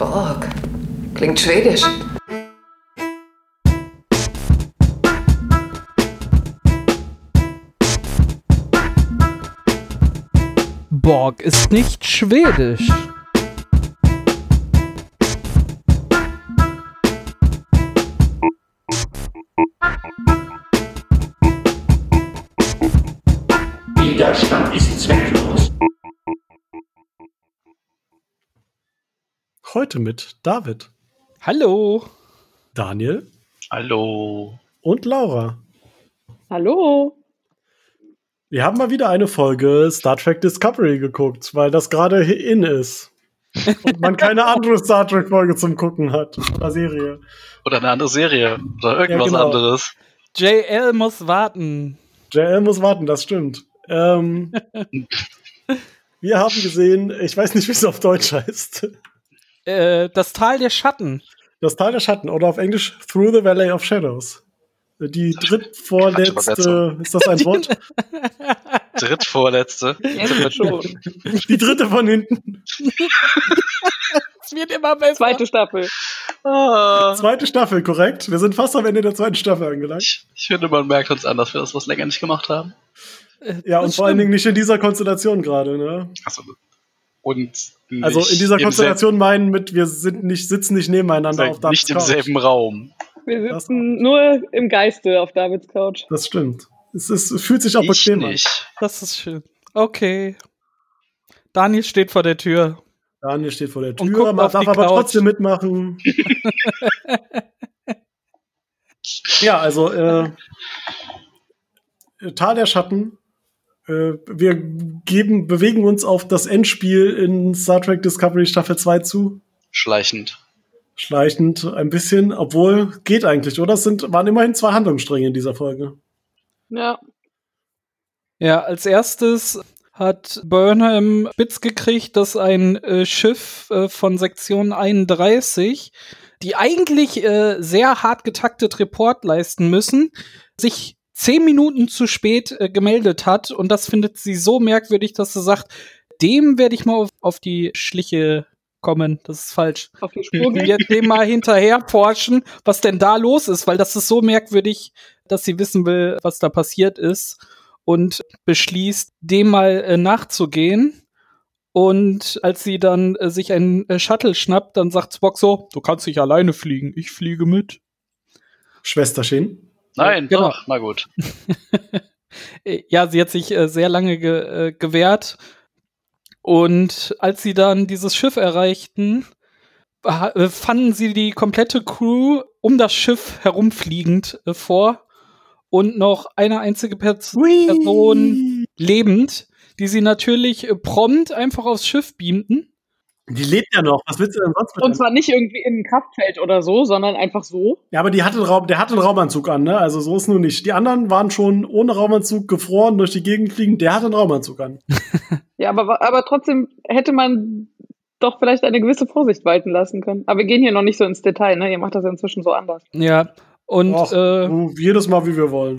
org. Klingt schwedisch. Borg ist nicht schwedisch. Widerstand ist zwecklos. Heute mit David, Hallo. Daniel Hallo. und Laura. Hallo. Wir haben mal wieder eine Folge Star Trek Discovery geguckt, weil das gerade in ist. Und man keine andere Star Trek-Folge zum Gucken hat. Oder Serie. Oder eine andere Serie. Oder irgendwas genau. anderes. JL muss warten. JL muss warten, das stimmt. Ähm, wir haben gesehen, ich weiß nicht, wie es auf Deutsch heißt. Äh, das Tal der Schatten. Das Tal der Schatten oder auf Englisch Through the Valley of Shadows. Die drittvorletzte, ist das ein Wort? Drittvorletzte. Jetzt schon. Die dritte von hinten. Es wird immer besser. Zweite Staffel. Ah. Zweite Staffel, korrekt. Wir sind fast am Ende der zweiten Staffel angelangt. Ich, ich finde, man merkt uns an, dass wir das was länger nicht gemacht haben. Ja, Äh, Das und vor allen stimmt. Dingen nicht in dieser Konstellation gerade, ne? Achso. Also, Und nicht Also in dieser im Konstellation meinen mit, wir sind nicht, sitzen nicht nebeneinander auf selben, Davids nicht im Couch. selben Raum. Wir Das- sitzen nur im Geiste auf Davids Couch. Das stimmt. Es, ist, es fühlt sich auch Ich bequem an. nicht. Das ist schön. Okay. Daniel steht vor der Tür. Daniel steht vor der Und guckt Tür, man auf darf die aber Couch. trotzdem mitmachen. ja, also äh, Tal der Schatten. Äh, wir geben, bewegen uns auf das Endspiel in Star Trek Discovery Staffel 2 zu. Schleichend. Schleichend ein bisschen, obwohl geht eigentlich, oder? Es sind, waren immerhin zwei Handlungsstränge in dieser Folge. Ja. Ja, als erstes hat Burnham spitz gekriegt, dass ein äh, Schiff äh, von Sektion 31, die eigentlich äh, sehr hart getaktet Report leisten müssen, sich zehn Minuten zu spät äh, gemeldet hat. Und das findet sie so merkwürdig, dass sie sagt, dem werde ich mal auf, auf die Schliche kommen. Das ist falsch. Auf die Wir Spur gehen. werden dem mal hinterher forschen, was denn da los ist, weil das ist so merkwürdig, dass sie wissen will, was da passiert ist und beschließt, dem mal äh, nachzugehen. Und als sie dann äh, sich einen äh, Shuttle schnappt, dann sagt Spock so, du kannst nicht alleine fliegen, ich fliege mit. Schwesterchen. Nein, genau. doch, na gut. Äh, ja, sie hat sich äh, sehr lange ge äh, gewehrt. Und als sie dann dieses Schiff erreichten, ha- äh, fanden sie die komplette Crew um das Schiff herumfliegend äh, vor und noch eine einzige Pers Person lebend, die sie natürlich äh, prompt einfach aufs Schiff beamten. Die lebt ja noch. Was willst du denn sonst mit Und der- zwar nicht irgendwie in ein Kraftfeld oder so, sondern einfach so. Ja, aber die hatte einen Raum, der hatte einen Raumanzug an, ne? Also so ist nun nicht. Die anderen waren schon ohne Raumanzug gefroren durch die Gegend fliegen. Der hatte einen Raumanzug an. Ja, aber, aber trotzdem hätte man doch vielleicht eine gewisse Vorsicht walten lassen können. Aber wir gehen hier noch nicht so ins Detail, ne? Ihr macht das ja inzwischen so anders. Ja. Und Och, äh, du, jedes Mal, wie wir wollen.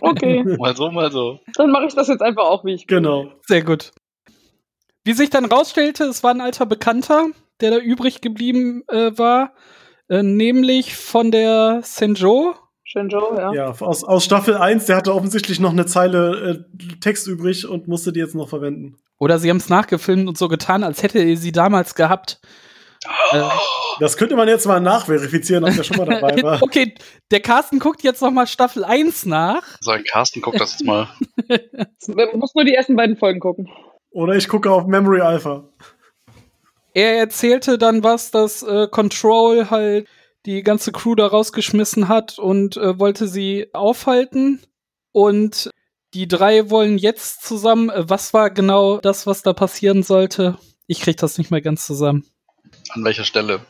Okay, Mal so, mal so. dann mache ich das jetzt einfach auch, wie ich bin. Genau. Sehr gut. Wie sich dann rausstellte, es war ein alter Bekannter, der da übrig geblieben äh, war, äh, nämlich von der Senjo. Schön, Joe, ja. Ja, aus, aus Staffel 1, der hatte offensichtlich noch eine Zeile äh, Text übrig und musste die jetzt noch verwenden. Oder sie haben es nachgefilmt und so getan, als hätte er sie damals gehabt. Äh, Das könnte man jetzt mal nachverifizieren, ob der schon mal dabei war. okay, der Carsten guckt jetzt noch mal Staffel 1 nach. So, Carsten, guck das jetzt mal. Man muss nur die ersten beiden Folgen gucken. Oder ich gucke auf Memory Alpha. Er erzählte dann was, dass äh, Control halt die ganze Crew da rausgeschmissen hat und äh, wollte sie aufhalten. Und die drei wollen jetzt zusammen. Äh, was war genau das, was da passieren sollte? Ich krieg das nicht mehr ganz zusammen. An welcher Stelle?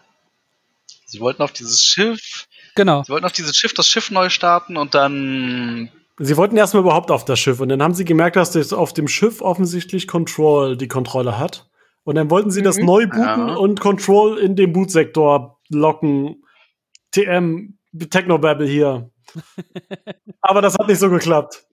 Sie wollten auf dieses Schiff. Genau. Sie wollten auf dieses Schiff das Schiff neu starten und dann Sie wollten erstmal überhaupt auf das Schiff und dann haben sie gemerkt, dass das auf dem Schiff offensichtlich Control die Kontrolle hat. Und dann wollten sie das Mhm. neu booten Ja. und Control in den Bootsektor locken. TM, Technobabble hier. Aber das hat nicht so geklappt.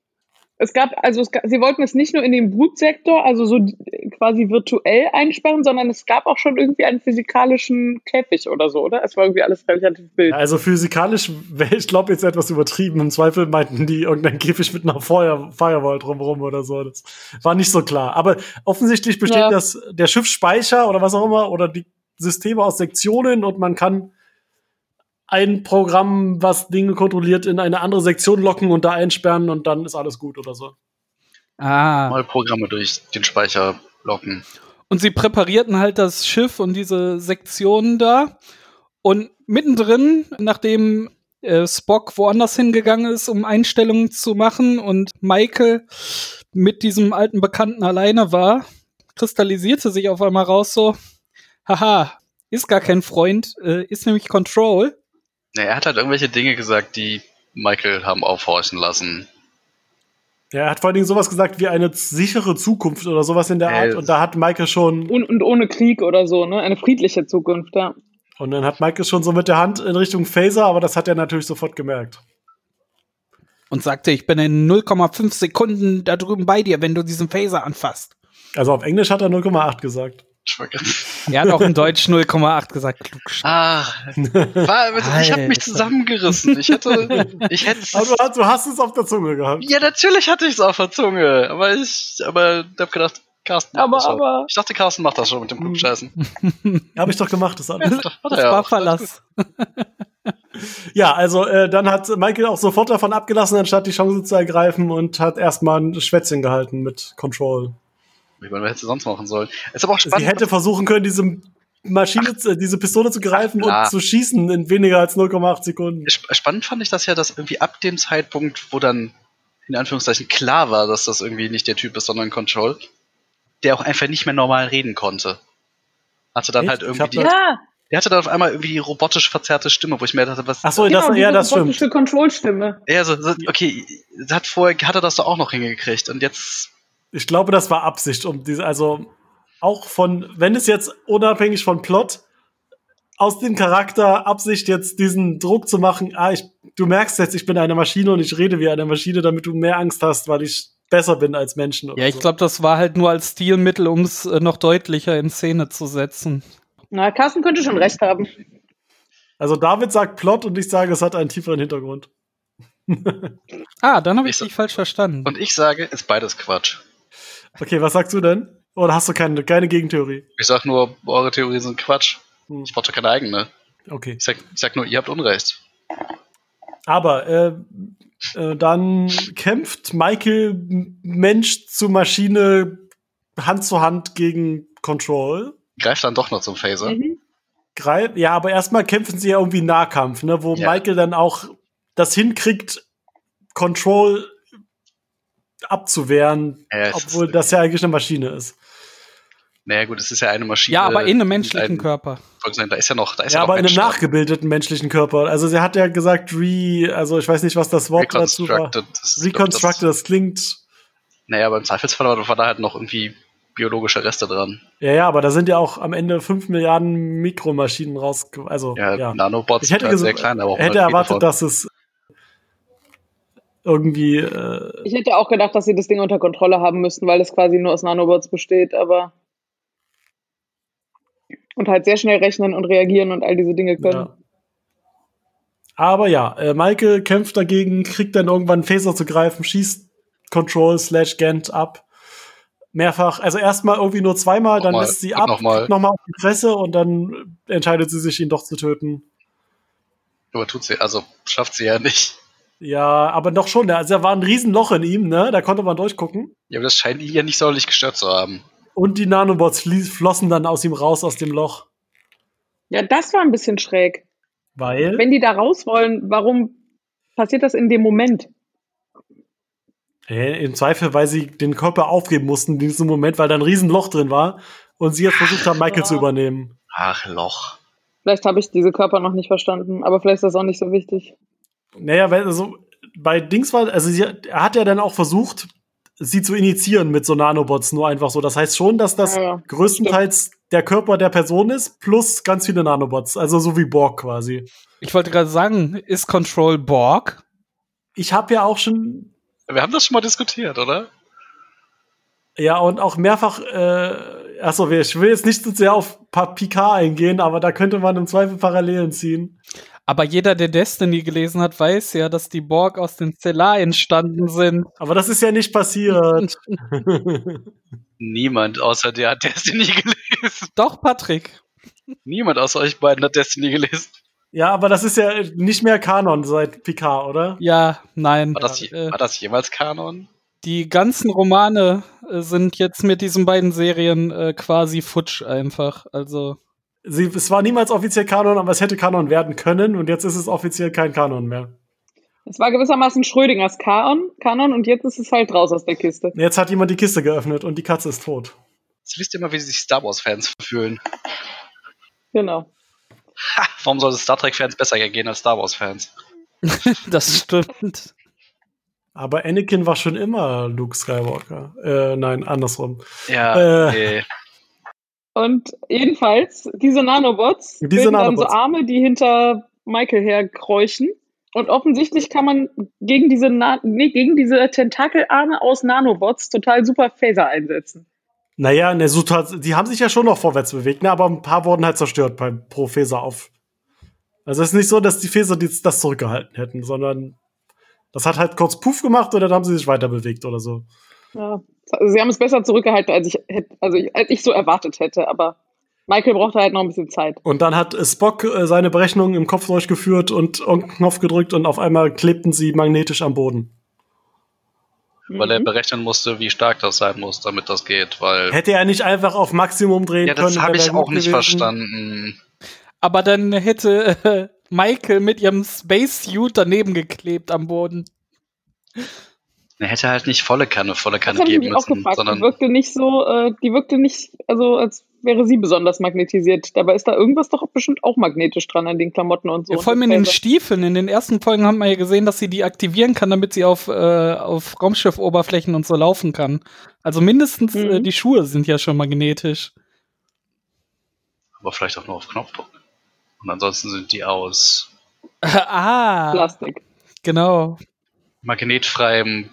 Es gab, also es, ga- sie wollten es nicht nur in den Brutsektor, also so d- quasi virtuell einsperren, sondern es gab auch schon irgendwie einen physikalischen Käfig oder so, oder? Es war irgendwie alles relativ wild. Ja, also physikalisch wäre ich glaube jetzt etwas übertrieben. Im Zweifel meinten die irgendein Käfig mit einer Feuer Firewall drumherum oder so. Das war nicht so klar. Aber offensichtlich besteht Ja. das, der Schiffsspeicher oder was auch immer oder die Systeme aus Sektionen und man kann ein Programm, was Dinge kontrolliert, in eine andere Sektion locken und da einsperren und dann ist alles gut oder so. Ah. Mal Programme durch den Speicher locken. Und sie präparierten halt das Schiff und diese Sektionen da. Und mittendrin, nachdem äh, Spock woanders hingegangen ist, um Einstellungen zu machen und Michael mit diesem alten Bekannten alleine war, kristallisierte sich auf einmal raus so, haha, ist gar kein Freund, äh, ist nämlich Control. Ne, er hat halt irgendwelche Dinge gesagt, die Michael haben aufhorchen lassen. Ja, er hat vor allen Dingen sowas gesagt wie eine sichere Zukunft oder sowas in der Äh, Art. Und da hat Michael schon Un und ohne Krieg oder so, ne? Eine friedliche Zukunft, ja. Und dann hat Mike es schon so mit der Hand in Richtung Phaser, aber das hat er natürlich sofort gemerkt. Und sagte, ich bin in 0,5 Sekunden da drüben bei dir, wenn du diesen Phaser anfasst. Also auf Englisch hat er 0,8 gesagt. Ich war ganz- Er hat auch in Deutsch 0,8 gesagt, klug. Ach, Ah. war, ich habe mich zusammengerissen. Ich hätte, ich hätte Aber du hast, Also du hast es auf der Zunge gehabt. Ja, natürlich hatte ich es auf der Zunge. Aber ich, aber ich hab gedacht, Carsten. macht Aber, das schon. aber. Ich dachte, Carsten macht das schon mit dem Klugscheißen. Habe ich doch gemacht, Hm. das alles. Hat Das er ja war auch. Verlass. Ja, also äh, dann hat Michael auch sofort davon abgelassen, anstatt die Chance zu ergreifen und hat erstmal ein Schwätzchen gehalten mit Control. Ich meine, wer hätte sonst machen sollen? Ist aber auch Sie spannend. hätte versuchen können, diese Maschine, zu- diese Pistole zu greifen klar. und zu schießen in weniger als 0,8 Sekunden. sp- spannend fand ich das ja, dass irgendwie ab dem Zeitpunkt, wo dann in Anführungszeichen klar war, dass das irgendwie nicht der Typ ist, sondern Control, der auch einfach nicht mehr normal reden konnte. Hatte dann Echt? halt Ich hab irgendwie die, das- Ja, der hatte dann auf einmal irgendwie die robotisch verzerrte Stimme, wo ich mir dachte, was Ach so, das, genau, ja, diese das stimmt. robotische Kontrollstimme. ja, so, so, okay, hat vorher hat er das doch auch noch hingekriegt und jetzt Ich glaube, das war Absicht, um diese, also auch von, wenn es jetzt unabhängig von Plot aus dem Charakter Absicht jetzt diesen Druck zu machen, ah, ich, du merkst jetzt, ich bin eine Maschine und ich rede wie eine Maschine, damit du mehr Angst hast, weil ich besser bin als Menschen. oder Ja, ich Also so. glaube, das war halt nur als Stilmittel, um es äh, noch deutlicher in Szene zu setzen. Na, Carsten könnte schon recht haben. Also David sagt Plot und ich sage, es hat einen tieferen Hintergrund. Ah, dann habe ich Ich dich falsch verstanden. und ich sage, ist beides Quatsch. Okay, was sagst du denn? Oder hast du keine, keine Gegentheorie? Ich sag nur, eure Theorien sind Quatsch. Hm, Ich brauche keine eigene. Okay. Ich sag, ich sag nur, ihr habt Unrecht. Aber äh, äh, dann kämpft Michael M- Mensch zu Maschine Hand zu Hand gegen Control. Greift dann doch noch zum Phaser. Mhm. Greif ja, aber erstmal kämpfen sie ja irgendwie Nahkampf, ne? wo Ja. Michael dann auch das hinkriegt, Control abzuwehren, Ja, es obwohl ist- das ja eigentlich eine Maschine ist. Naja, gut, es ist ja eine Maschine. ja, aber in einem menschlichen ein- Körper. Volkswagen, Da ist ja noch, da ist ja, Ja, noch aber in einem Mensch dran. nachgebildeten menschlichen Körper. Also sie hat ja gesagt, re, also ich weiß nicht, was das Wort dazu war. Reconstructed. das ist- Reconstructed, das klingt Das, naja, aber im Zweifelsfall war, war da halt noch irgendwie biologische Reste dran. Ja, ja, aber da sind ja auch am Ende 5 Milliarden Mikromaschinen raus. Also, Ja, ja. Nanobots Ich hätte, halt ges- sehr klein, aber auch hätte hundert Meter erwartet, von- dass es irgendwie. Äh, Ich hätte auch gedacht, dass sie das Ding unter Kontrolle haben müssten, weil es quasi nur aus Nanobots besteht, aber. Und halt sehr schnell rechnen und reagieren und all diese Dinge können. ja. Aber ja, äh, Michael kämpft dagegen, kriegt dann irgendwann einen Phaser zu greifen, schießt Control slash Gant ab. Mehrfach, also erstmal irgendwie nur zweimal, dann Nochmal, lässt sie und ab, nochmal. kriegt nochmal auf die Fresse und dann entscheidet sie sich, ihn doch zu töten. Aber tut sie, also schafft sie ja nicht. Ja, aber doch schon, also da war ein Riesenloch in ihm, ne? Da konnte man durchgucken. Ja, aber das scheint ihn ja nicht sonderlich gestört zu haben. Und die Nanobots flie- flossen dann aus ihm raus, aus dem Loch. Ja, das war ein bisschen schräg. Weil? Wenn die da raus wollen, warum passiert das in dem Moment? Äh, Im Zweifel, weil sie den Körper aufgeben mussten in diesem Moment, weil da ein Riesenloch drin war. Und sie jetzt versucht haben, Michael Ja. zu übernehmen. Ach, Loch. Vielleicht habe ich diese Körper noch nicht verstanden, aber vielleicht ist das auch nicht so wichtig. Naja, weil also bei Dings war, also sie, er hat ja dann auch versucht, sie zu initiieren mit so Nanobots, nur einfach so. Das heißt schon, dass das Ja, ja. größtenteils der Körper der Person ist, plus ganz viele Nanobots. Also so wie Borg quasi. Ich wollte gerade sagen, ist Control Borg? Ich habe ja auch schon Wir haben das schon mal diskutiert, oder? Ja, und auch mehrfach, äh, achso, wir- ich will jetzt nicht zu sehr auf Pa- Picard eingehen, aber da könnte man im Zweifel Parallelen ziehen. Aber jeder, der Destiny gelesen hat, weiß ja, dass die Borg aus den Stellar entstanden sind. Aber das ist ja nicht passiert. Niemand außer dir hat Destiny gelesen. Doch, Patrick. Niemand außer euch beiden hat Destiny gelesen. ja, aber das ist ja nicht mehr Kanon seit Picard, oder? Ja, nein. War das, je- äh, war das jemals Kanon? die ganzen Romane äh, sind jetzt mit diesen beiden Serien äh, quasi futsch einfach. Also, Sie, es war niemals offiziell Kanon, aber es hätte Kanon werden können und jetzt ist es offiziell kein Kanon mehr. Es war gewissermaßen Schrödingers Kanon, Kanon und jetzt ist es halt raus aus der Kiste. Jetzt hat jemand die Kiste geöffnet und die Katze ist tot. Jetzt wisst ihr mal, wie sich Star Wars-Fans fühlen. Genau. Ha, warum soll es Star Trek-Fans besser gehen als Star Wars-Fans? das stimmt. Aber Anakin war schon immer Luke Skywalker. Äh, nein, andersrum. Äh. Ja, nee. Und jedenfalls, diese Nanobots Diese bilden dann so Nanobots. Arme, die hinter Michael herkräuchen. Und offensichtlich kann man gegen diese, Na nee, gegen diese Tentakelarme aus Nanobots total super Phaser einsetzen. Naja, ne, so tat- die haben sich ja schon noch vorwärts bewegt, ne, aber ein paar wurden halt zerstört beim pro Feser auf. Also es ist nicht so, dass die Feser die- das zurückgehalten hätten, sondern das hat halt kurz Puff gemacht und dann haben sie sich weiter bewegt oder so. Ja. Also sie haben es besser zurückgehalten, als ich, hätte, also ich, als ich so erwartet hätte. Aber Michael brauchte halt noch ein bisschen Zeit. Und dann hat äh, Spock äh, seine Berechnungen im Kopf durchgeführt und irgendeinen Knopf gedrückt und auf einmal klebten sie magnetisch am Boden. Weil er Mhm. berechnen musste, wie stark das sein muss, damit das geht. Weil Hätte er nicht einfach auf Maximum drehen ja, können? das habe wär ich gut auch nicht gewesen. verstanden. Aber dann hätte äh, Michael mit ihrem Spacesuit daneben geklebt am Boden. Er hätte halt nicht volle Kanne, volle Das Kanne haben die geben mich auch müssen, gefragt. Die sondern wirkte nicht so, äh, die wirkte nicht, also als wäre sie besonders magnetisiert. Dabei ist da irgendwas doch bestimmt auch magnetisch dran an den Klamotten und so. Ja, vor Und allem in den das Stiefeln. In den ersten Folgen haben wir ja gesehen, dass sie die aktivieren kann, damit sie auf, äh, auf Raumschiffoberflächen und so laufen kann. Also mindestens Mhm. äh, die Schuhe sind ja schon magnetisch. aber vielleicht auch nur auf Knopfdruck. Und ansonsten sind die aus ah, Plastik. genau. magnetfreiem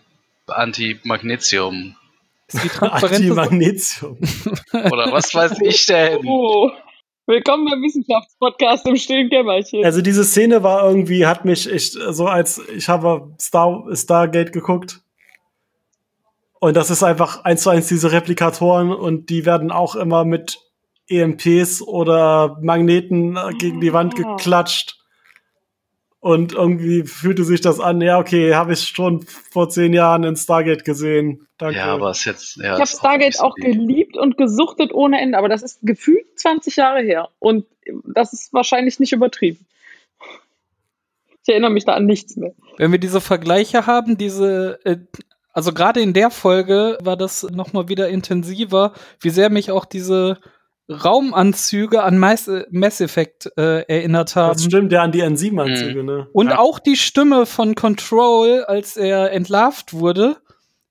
Antimagnetium Ist die transparente Antimagnetium. oder was weiß ich denn? Oh. Willkommen beim Wissenschaftspodcast im stillen Kämmerchen. Also diese Szene war irgendwie, hat mich echt äh, so als, ich habe Star, Stargate geguckt. Und das ist einfach eins zu eins diese Replikatoren und die werden auch immer mit EMPs oder Magneten äh, gegen die Wand Ah. geklatscht. Und irgendwie fühlte sich das an, ja, okay, habe ich schon vor zehn Jahren in Stargate gesehen. Danke. Ja, aber es ist jetzt. Ja, ich habe ist nicht Stargate so auch die- geliebt und gesuchtet ohne Ende, aber das ist gefühlt 20 Jahre her. Und das ist wahrscheinlich nicht übertrieben. Ich erinnere mich da an nichts mehr. Wenn wir diese Vergleiche haben, diese, äh, also gerade in der Folge war das nochmal wieder intensiver, wie sehr mich auch diese Raumanzüge an Mass, Mass Effect äh, erinnert haben. das stimmt ja an die N7-Anzüge, Mhm. ne? Und Ja. auch die Stimme von Control, als er entlarvt wurde,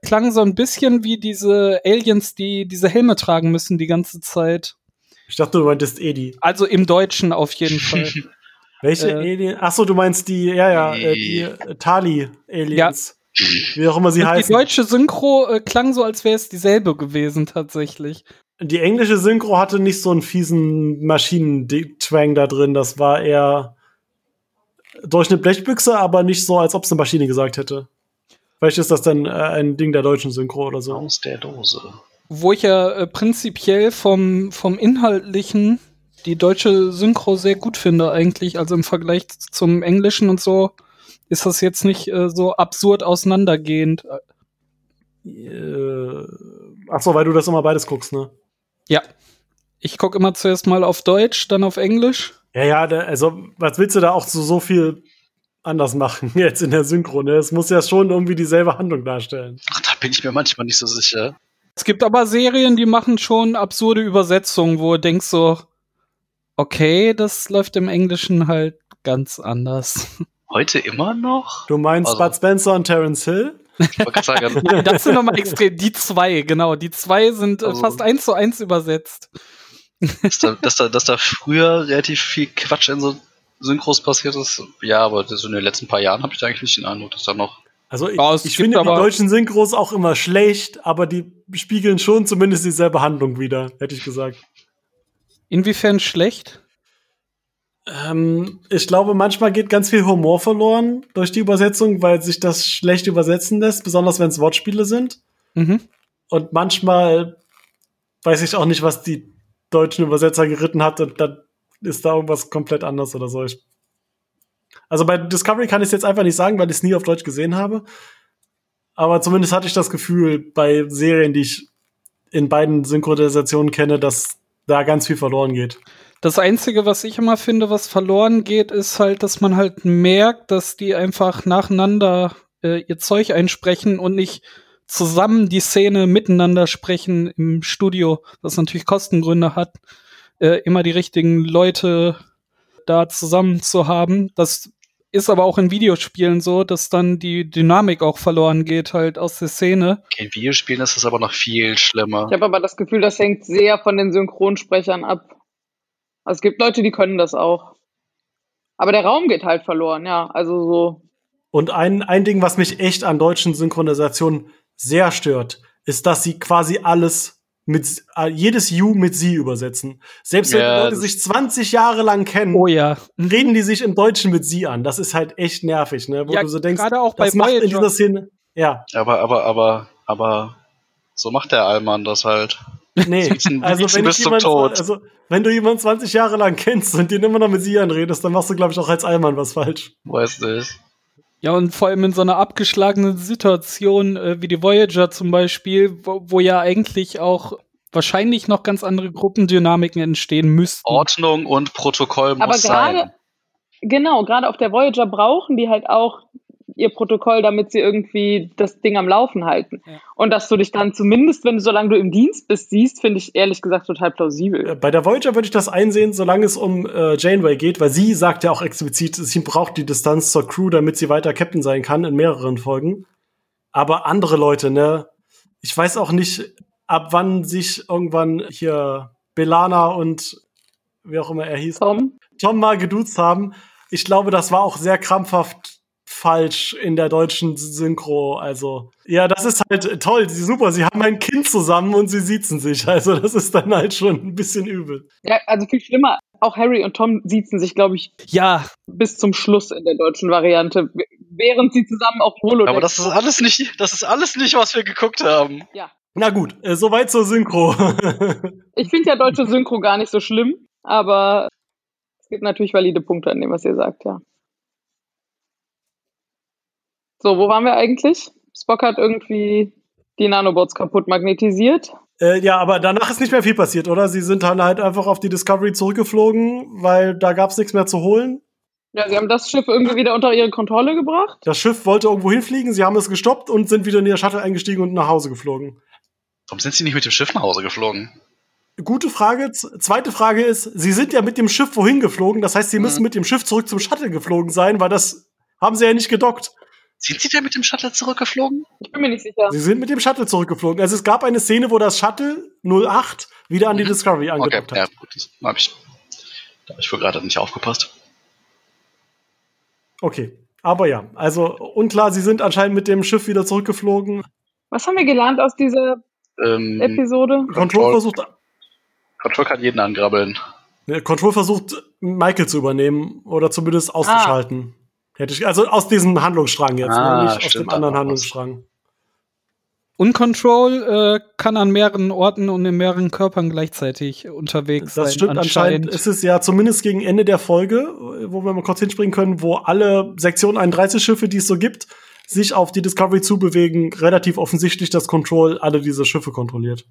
klang so ein bisschen wie diese Aliens, die diese Helme tragen müssen die ganze Zeit. Ich dachte, du meintest Edi. Also im Deutschen auf jeden Fall. Welche Äh, Alien? Ach so, du meinst die, ja, ja, äh, die äh, Tali-Aliens. Wie auch immer sie Und die heißen. deutsche Synchro äh, klang so, als wäre es dieselbe gewesen tatsächlich. Die, englische Synchro hatte nicht so einen fiesen Maschinen-Twang da drin. Das war eher durch eine Blechbüchse, aber nicht so, als ob es eine Maschine gesagt hätte. Vielleicht ist das dann äh, ein Ding der deutschen Synchro oder so. Aus der Dose. Wo ich ja äh, prinzipiell vom, vom Inhaltlichen die deutsche Synchro sehr gut finde eigentlich. Also im Vergleich zum Englischen und so ist das jetzt nicht äh, so absurd auseinandergehend. Äh, ach so, weil du das immer beides guckst, ne? Ja. Ich gucke immer zuerst mal auf Deutsch, dann auf Englisch. Ja, ja, da, also was willst du da auch so, so viel anders machen jetzt in der Synchro? Ne? Es muss ja schon irgendwie dieselbe Handlung darstellen. Ach, da bin ich mir manchmal nicht so sicher. Es gibt aber Serien, die machen schon absurde Übersetzungen, wo du denkst so, okay, das läuft im Englischen halt ganz anders. Heute immer noch? Du meinst Also- Bud Spencer und Terence Hill? Ich wollte gerade sagen, Nein, das sind nochmal extrem. Die zwei, genau. Die zwei sind äh, Also- fast eins zu eins übersetzt. dass da, dass, da, dass da früher relativ viel Quatsch in so Synchros passiert ist. Ja, aber das in den letzten paar Jahren habe ich da eigentlich nicht den Eindruck, dass da noch. Also ich, Ja, es ich gibt finde die aber- deutschen Synchros auch immer schlecht, aber die spiegeln schon zumindest dieselbe Handlung wieder, hätte ich gesagt. Inwiefern schlecht? Ähm, ich glaube, manchmal geht ganz viel Humor verloren durch die Übersetzung, weil sich das schlecht übersetzen lässt, besonders wenn es Wortspiele sind. Mhm. Und manchmal weiß ich auch nicht, was die deutschen Übersetzer geritten hat und dann ist da irgendwas komplett anders oder so. Ich also bei Discovery kann ich es jetzt einfach nicht sagen, weil ich es nie auf Deutsch gesehen habe. Aber zumindest hatte ich das Gefühl bei Serien, die ich in beiden Synchronisationen kenne, dass da ganz viel verloren geht. Das Einzige, was ich immer finde, was verloren geht, ist halt, dass man halt merkt, dass die einfach nacheinander äh, ihr Zeug einsprechen und nicht zusammen die Szene miteinander sprechen im Studio, was natürlich Kostengründe hat, äh, immer die richtigen Leute da zusammen zu haben. Das ist aber auch in Videospielen so, dass dann die Dynamik auch verloren geht, halt aus der Szene. In Videospielen ist das aber noch viel schlimmer. Ich habe aber das Gefühl, das hängt sehr von den Synchronsprechern ab. Also es gibt Leute, die können das auch. Aber der Raum geht halt verloren, ja. Also so. Und ein, ein Ding, was mich echt an deutschen Synchronisationen sehr stört, ist, dass sie quasi alles mit äh, jedes You mit sie übersetzen. Selbst wenn Ja, die Leute das- sich 20 Jahre lang kennen, Oh ja. reden die sich im Deutschen mit sie an. Das ist halt echt nervig, ne? Wo Ja, du so denkst, gerade auch bei das macht in Voyager. dieser Szene. Ja, Aber, aber, aber, aber, so macht der Allmann das halt. nee. liebsten- Also liebsten wenn, bis ich zum jemand, Tod. also wenn du jemanden 20 Jahre lang kennst und den immer noch mit sie anredest, dann machst du, glaube ich, auch als Allmann was falsch. Weiß nicht. Ja, und vor allem in so einer abgeschlagenen Situation äh, wie die Voyager zum Beispiel, wo, wo ja eigentlich auch wahrscheinlich noch ganz andere Gruppendynamiken entstehen müssten. Ordnung und Protokoll Aber muss gerade, sein. genau, gerade auf der Voyager brauchen die halt auch ihr Protokoll, damit sie irgendwie das Ding am Laufen halten. Ja. Und dass du dich dann zumindest, wenn du, solange du im Dienst bist, siehst, finde ich ehrlich gesagt total plausibel. Bei der Voyager würde ich das einsehen, solange es um äh, Janeway geht, weil sie sagt ja auch explizit, sie braucht die Distanz zur Crew, damit sie weiter Captain sein kann in mehreren Folgen. Aber andere Leute, ne? Ich weiß auch nicht, ab wann sich irgendwann hier Belana und wie auch immer er hieß, Tom? Tom mal geduzt haben. Ich glaube, das war auch sehr krampfhaft falsch in der deutschen Synchro. Also, ja, das ist halt toll. Sie, super, sie haben ein Kind zusammen und sie siezen sich. Also, das ist dann halt schon ein bisschen übel. Ja, also viel schlimmer. Auch Harry und Tom siezen sich, glaube ich, Ja, bis zum Schluss in der deutschen Variante, w- während sie zusammen auf Holodeck Aber das ist alles nicht, das ist alles nicht, was wir geguckt haben. Na gut, äh, soweit zur Synchro. Ich finde ja deutsche Synchro gar nicht so schlimm, aber es gibt natürlich valide Punkte an dem, was ihr sagt, ja. So, wo waren wir eigentlich? Spock hat irgendwie die Nanobots kaputt magnetisiert. äh, ja, aber danach ist nicht mehr viel passiert, oder? Sie sind dann halt einfach auf die Discovery zurückgeflogen, weil da gab's nichts mehr zu holen. Ja, sie haben das Schiff irgendwie wieder unter ihre Kontrolle gebracht. Das Schiff wollte irgendwo hinfliegen, sie haben es gestoppt und sind wieder in ihr Shuttle eingestiegen und nach Hause geflogen. Warum sind sie nicht mit dem Schiff nach Hause geflogen? Gute Frage. Z zweite Frage ist, Sie sind ja mit dem Schiff wohin geflogen. Das heißt, Sie Mhm. müssen mit dem Schiff zurück zum Shuttle geflogen sein, weil das haben Sie ja nicht gedockt. Sind sie denn mit dem Shuttle zurückgeflogen? Ich bin mir nicht sicher. Sie sind mit dem Shuttle zurückgeflogen. Also es gab eine Szene, wo das Shuttle 08 wieder an die Discovery Mhm. Okay, angedockt ja, hat. gut. Das hab ich, da habe ich wohl gerade nicht aufgepasst. Okay. Aber ja, also unklar, Sie sind anscheinend mit dem Schiff wieder zurückgeflogen. Was haben wir gelernt aus dieser Ähm, Episode? Control Control. versucht, Control kann jeden angrabbeln. ne, Control versucht, Michael zu übernehmen oder zumindest auszuschalten. Hätte ich, also aus diesem Handlungsstrang jetzt, Ah, ne? nicht aus stimmt, dem da anderen war was. Handlungsstrang. und Control äh, kann an mehreren Orten und in mehreren Körpern gleichzeitig unterwegs sein. Das stimmt anscheinend. Ist es ja zumindest gegen Ende der Folge, wo wir mal kurz hinspringen können, wo alle Sektion 31 Schiffe, die es so gibt, sich auf die Discovery zubewegen, relativ offensichtlich, dass Control alle diese Schiffe kontrolliert.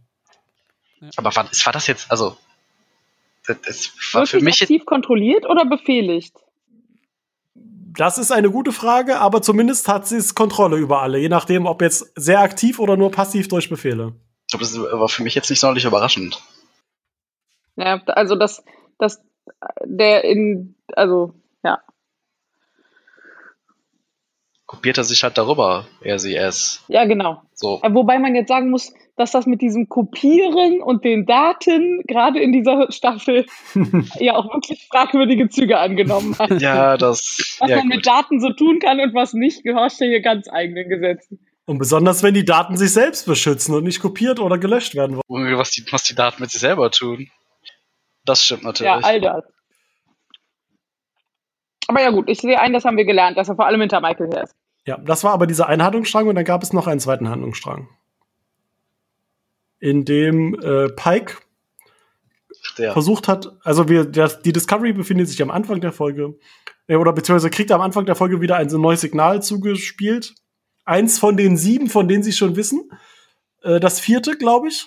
Aber war, war das jetzt, also, das, das war Wirklich für mich jetzt, aktiv kontrolliert oder befehligt? Das ist eine gute Frage, aber zumindest hat sie es Kontrolle über alle, je nachdem, ob jetzt sehr aktiv oder nur passiv durch Befehle. ich glaub, das war für mich jetzt nicht sonderlich überraschend. Ja, also das, das, äh, der in, also ja. Gut, probiert er sich halt darüber, RCS. Ja, genau. So. Äh, Wobei man jetzt sagen muss, dass das mit diesem Kopieren und den Daten gerade in dieser Staffel ja auch wirklich fragwürdige Züge angenommen hat. Ja, das. Was ja, man mit gut. Daten so tun kann und was nicht, gehorcht ja hier ganz eigenen Gesetzen. Und besonders, wenn die Daten sich selbst beschützen und nicht kopiert oder gelöscht werden wollen. Irgendwie, Was die, was die Daten mit sich selber tun. Das stimmt natürlich. Ja, also- all das. Aber ja gut, ich sehe ein, das haben wir gelernt, dass er vor allem hinter Michael her ist. Ja, das war aber dieser eine Handlungsstrang und dann gab es noch einen zweiten Handlungsstrang. In dem äh, Pike ja. versucht hat, also wir, das, die Discovery befindet sich am Anfang der Folge, äh, oder beziehungsweise kriegt am Anfang der Folge wieder ein so neues Signal zugespielt. Eins von den sieben, von denen sie schon wissen. Äh, das vierte, glaube ich.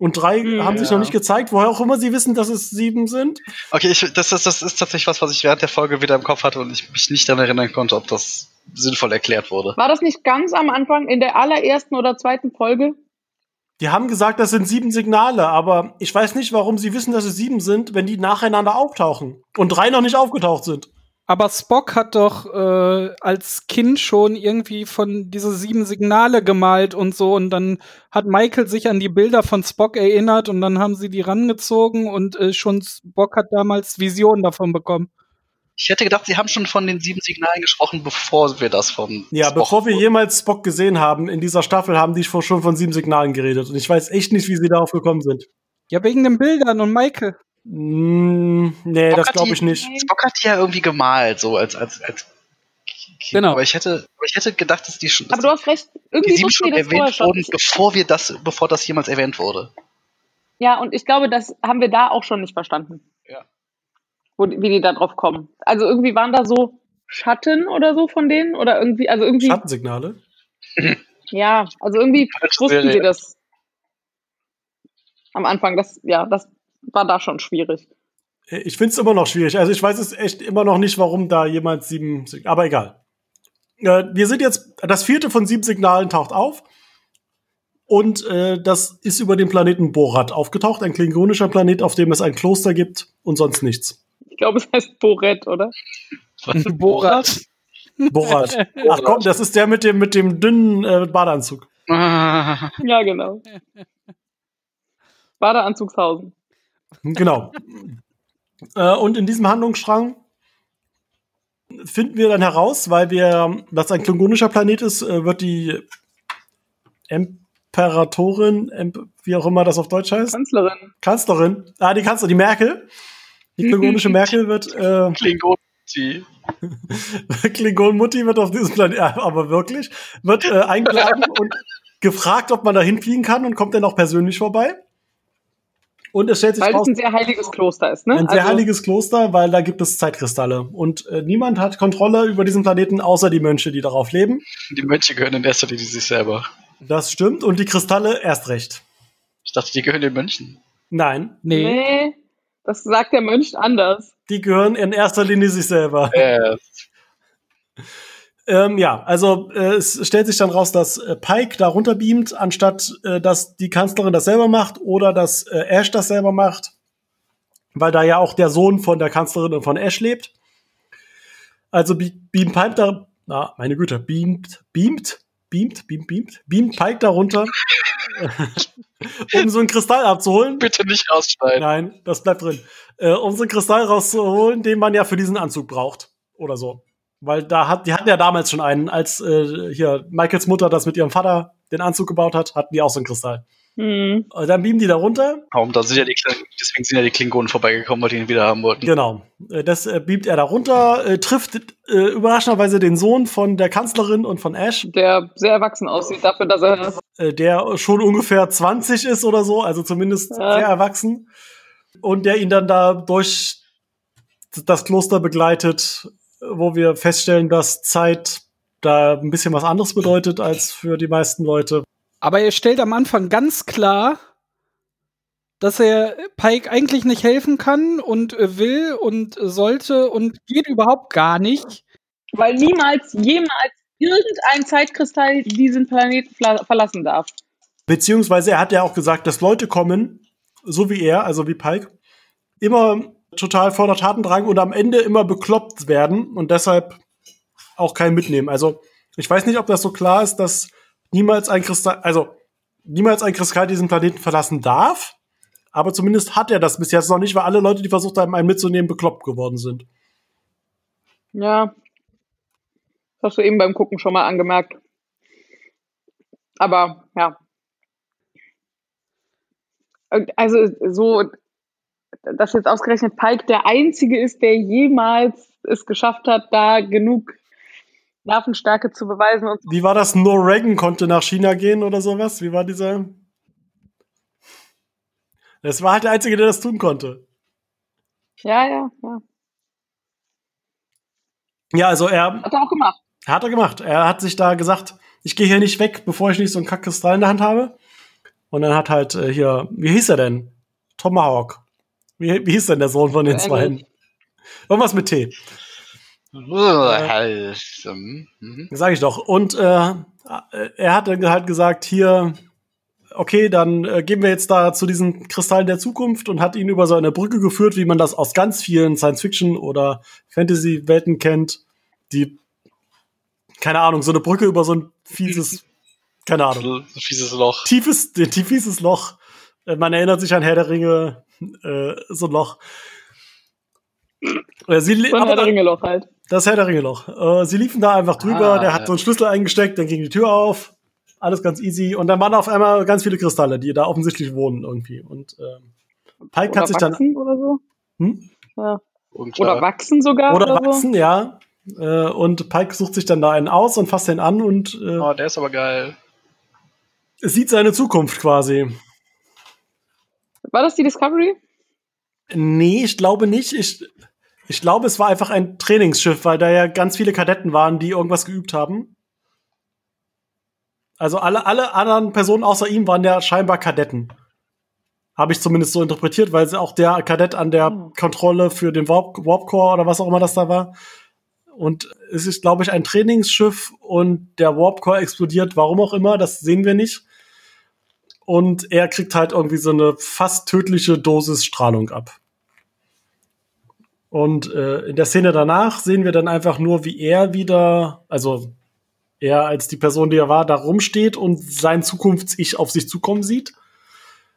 Und drei Mhm. haben sich Hm, Ja. noch nicht gezeigt, woher auch immer sie wissen, dass es sieben sind. Okay, ich, das, das, das ist tatsächlich was, was ich während der Folge wieder im Kopf hatte und ich mich nicht daran erinnern konnte, ob das sinnvoll erklärt wurde. War das nicht ganz am Anfang in der allerersten oder zweiten Folge? Die haben gesagt, das sind sieben Signale, aber ich weiß nicht, warum sie wissen, dass es sieben sind, wenn die nacheinander auftauchen und drei noch nicht aufgetaucht sind. Aber Spock hat doch äh, als Kind schon irgendwie von diese sieben Signale gemalt und so. Und dann hat Michael sich an die Bilder von Spock erinnert und dann haben sie die rangezogen und äh, schon Spock hat damals Visionen davon bekommen. Ich hätte gedacht, sie haben schon von den sieben Signalen gesprochen, bevor wir das vom. Ja, Spock- bevor wir jemals Spock gesehen haben, in dieser Staffel haben die vor- schon von sieben Signalen geredet. Und ich weiß echt nicht, wie sie darauf gekommen sind. Ja, wegen den Bildern und Michael. Mm, nee, Spock das hat glaube die- ich nicht. Spock hat die ja irgendwie gemalt, so als. als, als Genau. Aber ich hätte, aber ich hätte gedacht, dass die schon. Dass Aber du hast recht, die irgendwie sieben wussten schon wir das vorher erwähnt schon. wurden, bevor wir das, bevor das jemals erwähnt wurde. Ja, und ich glaube, das haben wir da auch schon nicht verstanden. Ja. Wo, die- wie die da drauf kommen. Also irgendwie waren da so Schatten oder so von denen oder irgendwie, also irgendwie, Schattensignale? ja, also irgendwie Falsche wussten Serie. sie das am Anfang. Das, ja, das war da schon schwierig. Äh, Ich finde es immer noch schwierig. Also ich weiß es echt immer noch nicht, warum da jemand sieben Sig- Aber egal. Äh, wir sind jetzt, das vierte von sieben Signalen taucht auf. Und äh, das ist über den Planeten Borat aufgetaucht, ein klingonischer Planet, auf dem es ein Kloster gibt und sonst nichts. Ich glaube, es heißt Borett, oder? Borat. Borat. Ach komm, das ist der mit dem, mit dem dünnen äh, Badeanzug. Ah, Ja, genau. War da Anzugshausen. Genau. äh, und in diesem Handlungsstrang finden wir dann heraus, weil wir, dass ein klingonischer Planet ist, äh, wird die Imperatorin, Emp- wie auch immer das auf Deutsch heißt, Kanzlerin. Kanzlerin, ah, die Kanzlerin, die Merkel, die klingonische Merkel wird, äh, Klingon. Die- Klingon-Mutti wird auf diesem Planeten, ja, aber wirklich, wird äh, eingeladen und gefragt, ob man da hinfliegen kann und kommt dann auch persönlich vorbei. Und es stellt sich Weil es raus, ein sehr heiliges Kloster ist, ne? Ein sehr Also- heiliges Kloster, weil da gibt es Zeitkristalle. Und äh, niemand hat Kontrolle über diesen Planeten, außer die Mönche, die darauf leben. Die Mönche gehören in erster Linie sich selber. Das stimmt. Und die Kristalle erst recht. Ich dachte, die gehören den Mönchen. Nein, Nee. Nee, das sagt der Mönch anders. die gehören in erster Linie sich selber. Äh, Ähm, ja, also äh, es stellt sich dann raus, dass äh, Pike da runterbeamt, anstatt äh, dass die Kanzlerin das selber macht oder dass äh, Ash das selber macht, weil da ja auch der Sohn von der Kanzlerin und von Ash lebt. Also be beamt Pike da, na, meine Güte, beamt, beamt, beamt, beamt, beamt, beamt Pike da runter, um so einen Kristall abzuholen. bitte nicht rausschneiden. Nein, das bleibt drin. Äh, um so einen Kristall rauszuholen, den man ja für diesen Anzug braucht. Oder so. Weil da hat, die hatten ja damals schon einen, als äh, hier Michaels Mutter das mit ihrem Vater den Anzug gebaut hat, hatten die auch so einen Kristall. Hm. Äh, dann beamen die da runter. Kaum, da sind ja die, Kling- deswegen sind ja die Klingonen vorbeigekommen, weil die ihn wieder haben wollten. Genau. Äh, das äh, beamt er da runter, äh, trifft äh, überraschenderweise den Sohn von der Kanzlerin und von Ash, Der sehr erwachsen aussieht dafür, dass er. äh, der schon ungefähr 20 ist oder so, also zumindest Ja. sehr erwachsen. Und der ihn dann da durch das Kloster begleitet, wo wir feststellen, dass Zeit da ein bisschen was anderes bedeutet als für die meisten Leute. Aber er stellt am Anfang ganz klar, dass er Pike eigentlich nicht helfen kann und äh, will und äh, sollte und geht überhaupt gar nicht. Weil niemals, jemals irgendein Zeitkristall diesen Planeten fla- verlassen darf. Beziehungsweise er hat ja auch gesagt, dass Leute kommen, so wie er, also wie Pike, immer total voller Tatendrang und am Ende immer bekloppt werden und deshalb auch keinen mitnehmen. Also Ich weiß nicht, ob das so klar ist, dass niemals ein Kristall, also niemals ein Kristall diesen Planeten verlassen darf. Aber zumindest hat er das bis jetzt noch nicht, weil alle Leute, die versucht haben, einen mitzunehmen, bekloppt geworden sind. Ja. Das hast du eben beim Gucken schon mal angemerkt. Aber ja. Und Also so, dass jetzt ausgerechnet Pike der Einzige ist, der jemals es geschafft hat, da genug Nervenstärke zu beweisen. Und Wie war das? No Reagan konnte nach China gehen oder sowas? Wie war dieser? Das war halt der Einzige, der das tun konnte. ja, ja, ja. Ja, also er Hat er auch gemacht. hat er gemacht. Er hat sich da gesagt, ich gehe hier nicht weg, bevor ich nicht so einen Kackkristall in der Hand habe. Und dann hat halt äh, hier, wie hieß er denn? Tomahawk. Wie, wie hieß denn der Sohn von den Ähnlich. zwei? Irgendwas mit T. Halt, ähm, mhm. Sag ich doch. Und äh, er hat dann halt gesagt, hier, okay, dann äh, gehen wir jetzt da zu diesen Kristallen der Zukunft und hat ihn über so eine Brücke geführt, wie man das aus ganz vielen Science-Fiction- oder Fantasy-Welten kennt, die, keine Ahnung, so eine Brücke über so ein fieses, keine Ahnung, So Fieses Loch. tiefes, ein tiefes Loch. Äh, Man erinnert sich an Herr der Ringe, äh, so ein Loch. Äh, Sie, So ein aber Herr der dann- Ringe-Loch halt. das Herr der Ringeloch. Äh, sie liefen da einfach drüber, Ah, der hat ja. so einen Schlüssel eingesteckt, dann ging die Tür auf, alles ganz easy. Und dann waren auf einmal ganz viele Kristalle, die da offensichtlich wohnen irgendwie. Und ähm, Pike Oder hat sich dann. wachsen oder so. Hm? Ja. Unklar. Oder wachsen sogar. Oder Oder, so. wachsen, ja. Äh, und Pike sucht sich dann da einen aus und fasst den an und äh, Oh, der ist aber geil. sieht seine Zukunft quasi. War das die Discovery? Nee, ich glaube nicht. Ich, ich glaube, es war einfach ein Trainingsschiff, weil da ja ganz viele Kadetten waren, die irgendwas geübt haben. Also alle, alle anderen Personen außer ihm waren ja scheinbar Kadetten. Habe ich zumindest so interpretiert, weil sie auch der Kadett an der Hm. Kontrolle für den Warp, Warpcore oder was auch immer das da war. Und es ist, glaube ich, ein Trainingsschiff und der Warpcore explodiert, warum auch immer, das sehen wir nicht. Und er kriegt halt irgendwie so eine fast tödliche Dosis Strahlung ab. Und äh, in der Szene danach sehen wir dann einfach nur, wie er wieder, also er als die Person, die er war, da rumsteht und sein Zukunfts-Ich auf sich zukommen sieht.